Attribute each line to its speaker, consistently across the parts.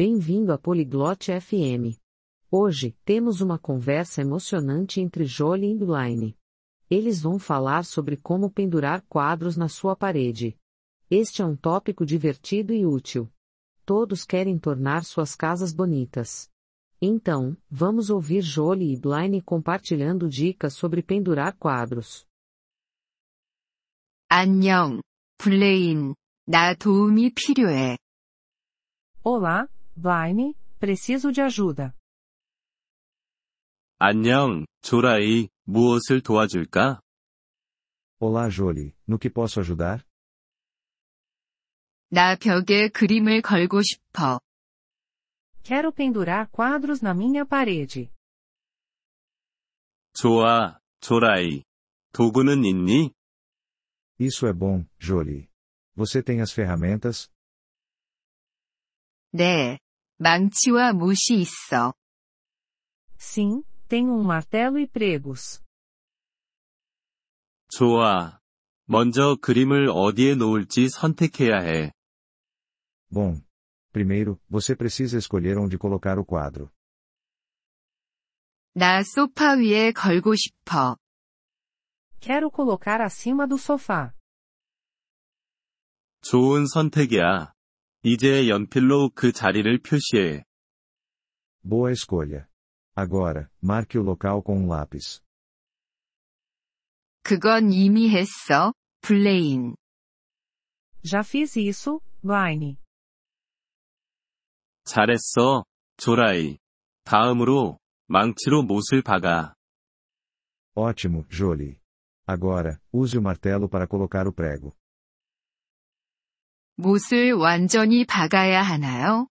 Speaker 1: Bem-vindo à Poliglote FM. Hoje, temos uma conversa emocionante entre Jolie e Blaine. Eles vão falar sobre como pendurar quadros na sua parede. Este é um tópico divertido e útil. Todos querem tornar suas casas bonitas. Então, vamos ouvir Jolie e Blaine compartilhando dicas sobre pendurar quadros.
Speaker 2: 안녕, 블레인. 나 도움이 필요해.
Speaker 3: Olá, Blaine, preciso de ajuda.
Speaker 4: 안녕, 조라이. 무엇을 도와줄까?
Speaker 5: Olá, Jolie. No que posso ajudar?
Speaker 2: 나 벽에 그림을 걸고 싶어.
Speaker 3: Quero pendurar quadros na minha parede.
Speaker 4: 좋아, 조라이. 도구는 있니?
Speaker 5: Isso é bom, Jolie. Você tem as ferramentas?
Speaker 2: 네. 망치와 못이 있어.
Speaker 3: Sim, tenho um martelo e pregos.
Speaker 4: 좋아. 먼저 그림을 어디에 놓을지 선택해야 해.
Speaker 5: Bom. Primeiro, você precisa escolher onde colocar o quadro.
Speaker 2: 나 소파 위에 걸고 싶어.
Speaker 3: Quero colocar acima do sofá.
Speaker 4: 좋은 선택이야. 이제 연필로 그 자리를 표시해.
Speaker 5: Boa escolha. Agora, marque o local com um lápis.
Speaker 2: 그건 이미 했어, 블레인.
Speaker 3: Já fiz isso, Blaine.
Speaker 4: 잘했어, 조라이. 다음으로, 망치로 못을 박아.
Speaker 5: Ótimo, Jolie. Agora, use o martelo para colocar o prego.
Speaker 2: 못을 완전히 박아야 하나요?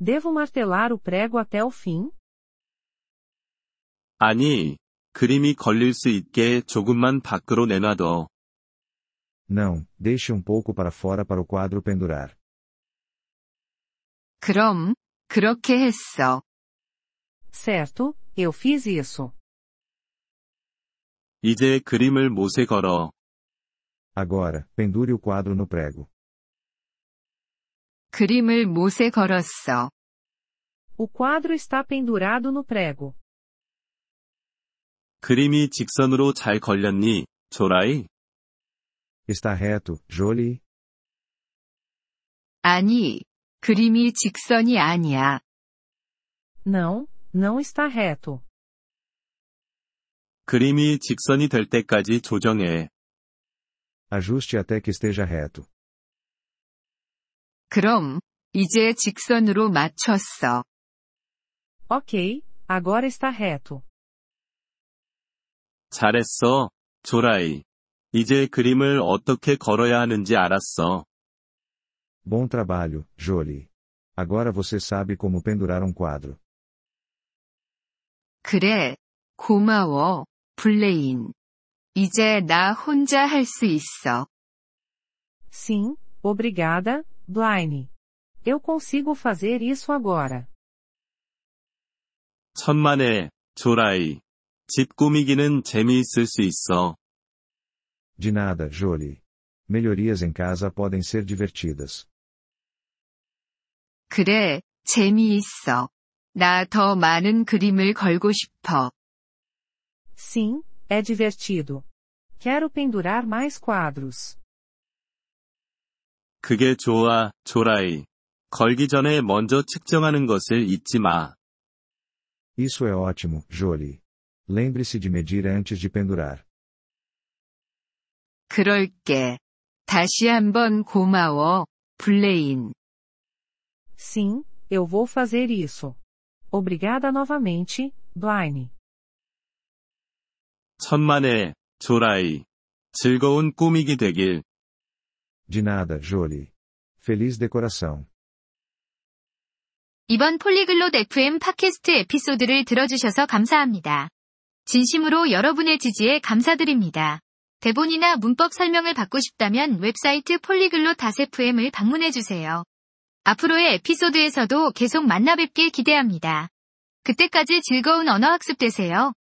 Speaker 3: Devo martelar o prego até o fim?
Speaker 4: 아니, 그림이 걸릴 수 있게 조금만 밖으로 내놔둬.
Speaker 5: Não, deixe um pouco para fora para o quadro pendurar.
Speaker 2: 그럼, 그렇게 했어.
Speaker 3: Certo, eu fiz isso.
Speaker 4: 이제 그림을 못에 걸어.
Speaker 5: Agora, pendure o quadro no prego.
Speaker 2: 그림을 못에 걸었어.
Speaker 3: O quadro está pendurado no prego.
Speaker 4: 그림이 직선으로 잘 걸렸니, 조라이?
Speaker 5: Está reto, Jolie?
Speaker 2: 아니, 그림이 직선이 아니야.
Speaker 3: Não, não está reto.
Speaker 4: 그림이 직선이 될 때까지 조정해.
Speaker 5: Ajuste até que esteja reto.
Speaker 2: 그럼, 이제 직선으로 맞췄어.
Speaker 3: Ok, agora está reto.
Speaker 4: 잘했어, 조라이. 이제 그림을 어떻게 걸어야 하는지 알았어.
Speaker 5: Bom trabalho, Jolie. Agora você sabe como pendurar um quadro.
Speaker 2: 그래. 고마워, 블레인. 이제 나 혼자 할 수 있어.
Speaker 3: Sim, obrigada, Blaine. Eu consigo fazer isso agora.
Speaker 4: 천만에, 조라이. 집 꾸미기는 재미있을 수 있어.
Speaker 5: De nada, Jolie. Melhorias em casa podem ser divertidas.
Speaker 2: 그래, 재미있어. 나 더 많은 그림을 걸고 싶어.
Speaker 3: Sim, é divertido. Quero pendurar mais quadros.
Speaker 4: 그게 좋아, 조라이. 걸기 전에 먼저 측정하는 것을 잊지 마.
Speaker 5: Isso é ótimo, Jolie. Lembre-se de medir antes de pendurar.
Speaker 2: 그럴게. 다시 한번 고마워, 블레인.
Speaker 3: Sim, eu vou fazer isso. Obrigada novamente, Blaine.
Speaker 4: 천만에, 조라이. 즐거운 꾸미기 되길.
Speaker 5: De nada, Jolie. Feliz decoração.
Speaker 6: 이번 폴리글롯 FM 팟캐스트 에피소드를 들어주셔서 감사합니다. 진심으로 여러분의 지지에 감사드립니다. 대본이나 문법 설명을 받고 싶다면 웹사이트 폴리글롯 FM을 방문해주세요. 앞으로의 에피소드에서도 계속 만나뵙길 기대합니다. 그때까지 즐거운 언어학습 되세요.